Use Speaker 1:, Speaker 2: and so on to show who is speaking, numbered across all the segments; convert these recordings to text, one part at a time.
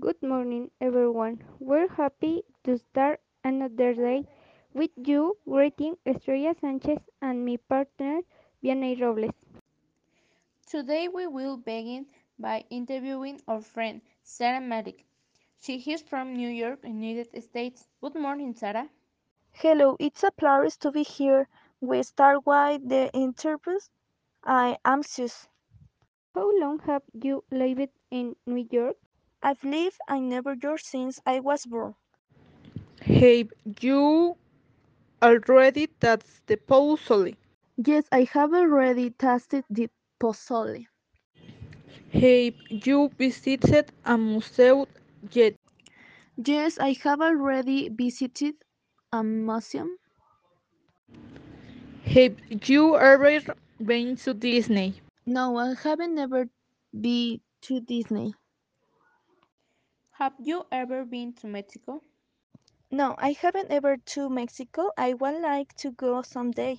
Speaker 1: Good morning, everyone. We're happy to start another day with you. Greeting Estrella Sanchez and my partner Vianey Robles.
Speaker 2: Today we will begin by interviewing our friend Sarah Maddock. She is from New York, United States. Good morning, Sarah.
Speaker 3: Hello, it's a pleasure to be here. We start with the interview. I am Sus.
Speaker 1: How long have you lived in New York?
Speaker 3: I've lived in New York since I was born.
Speaker 4: Have you already touched the puzzle?
Speaker 5: Yes, I have already tasted the pozole.
Speaker 4: Have you visited a museum yet?
Speaker 5: Yes, I have already visited a museum.
Speaker 4: Have you ever been to Disney?
Speaker 5: No, I haven't never been to Disney.
Speaker 2: Have you ever been to Mexico?
Speaker 3: No, I haven't ever to Mexico. I would like to go someday.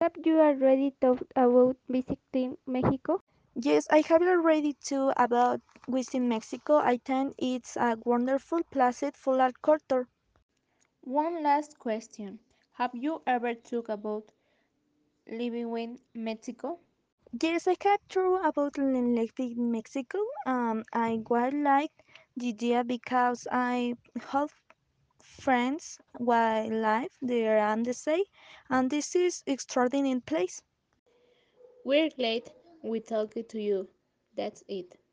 Speaker 1: Have you already thought about visiting Mexico?
Speaker 3: Yes, I have already to about visiting Mexico. I think it's a wonderful place full of culture.
Speaker 2: One last question. Have you ever thought about living in Mexico?
Speaker 3: Yes, I have true about living Mexico. Um, I would like the idea because I have friends while life there and they say and this is extraordinary place
Speaker 2: We're glad we talked to you. That's it.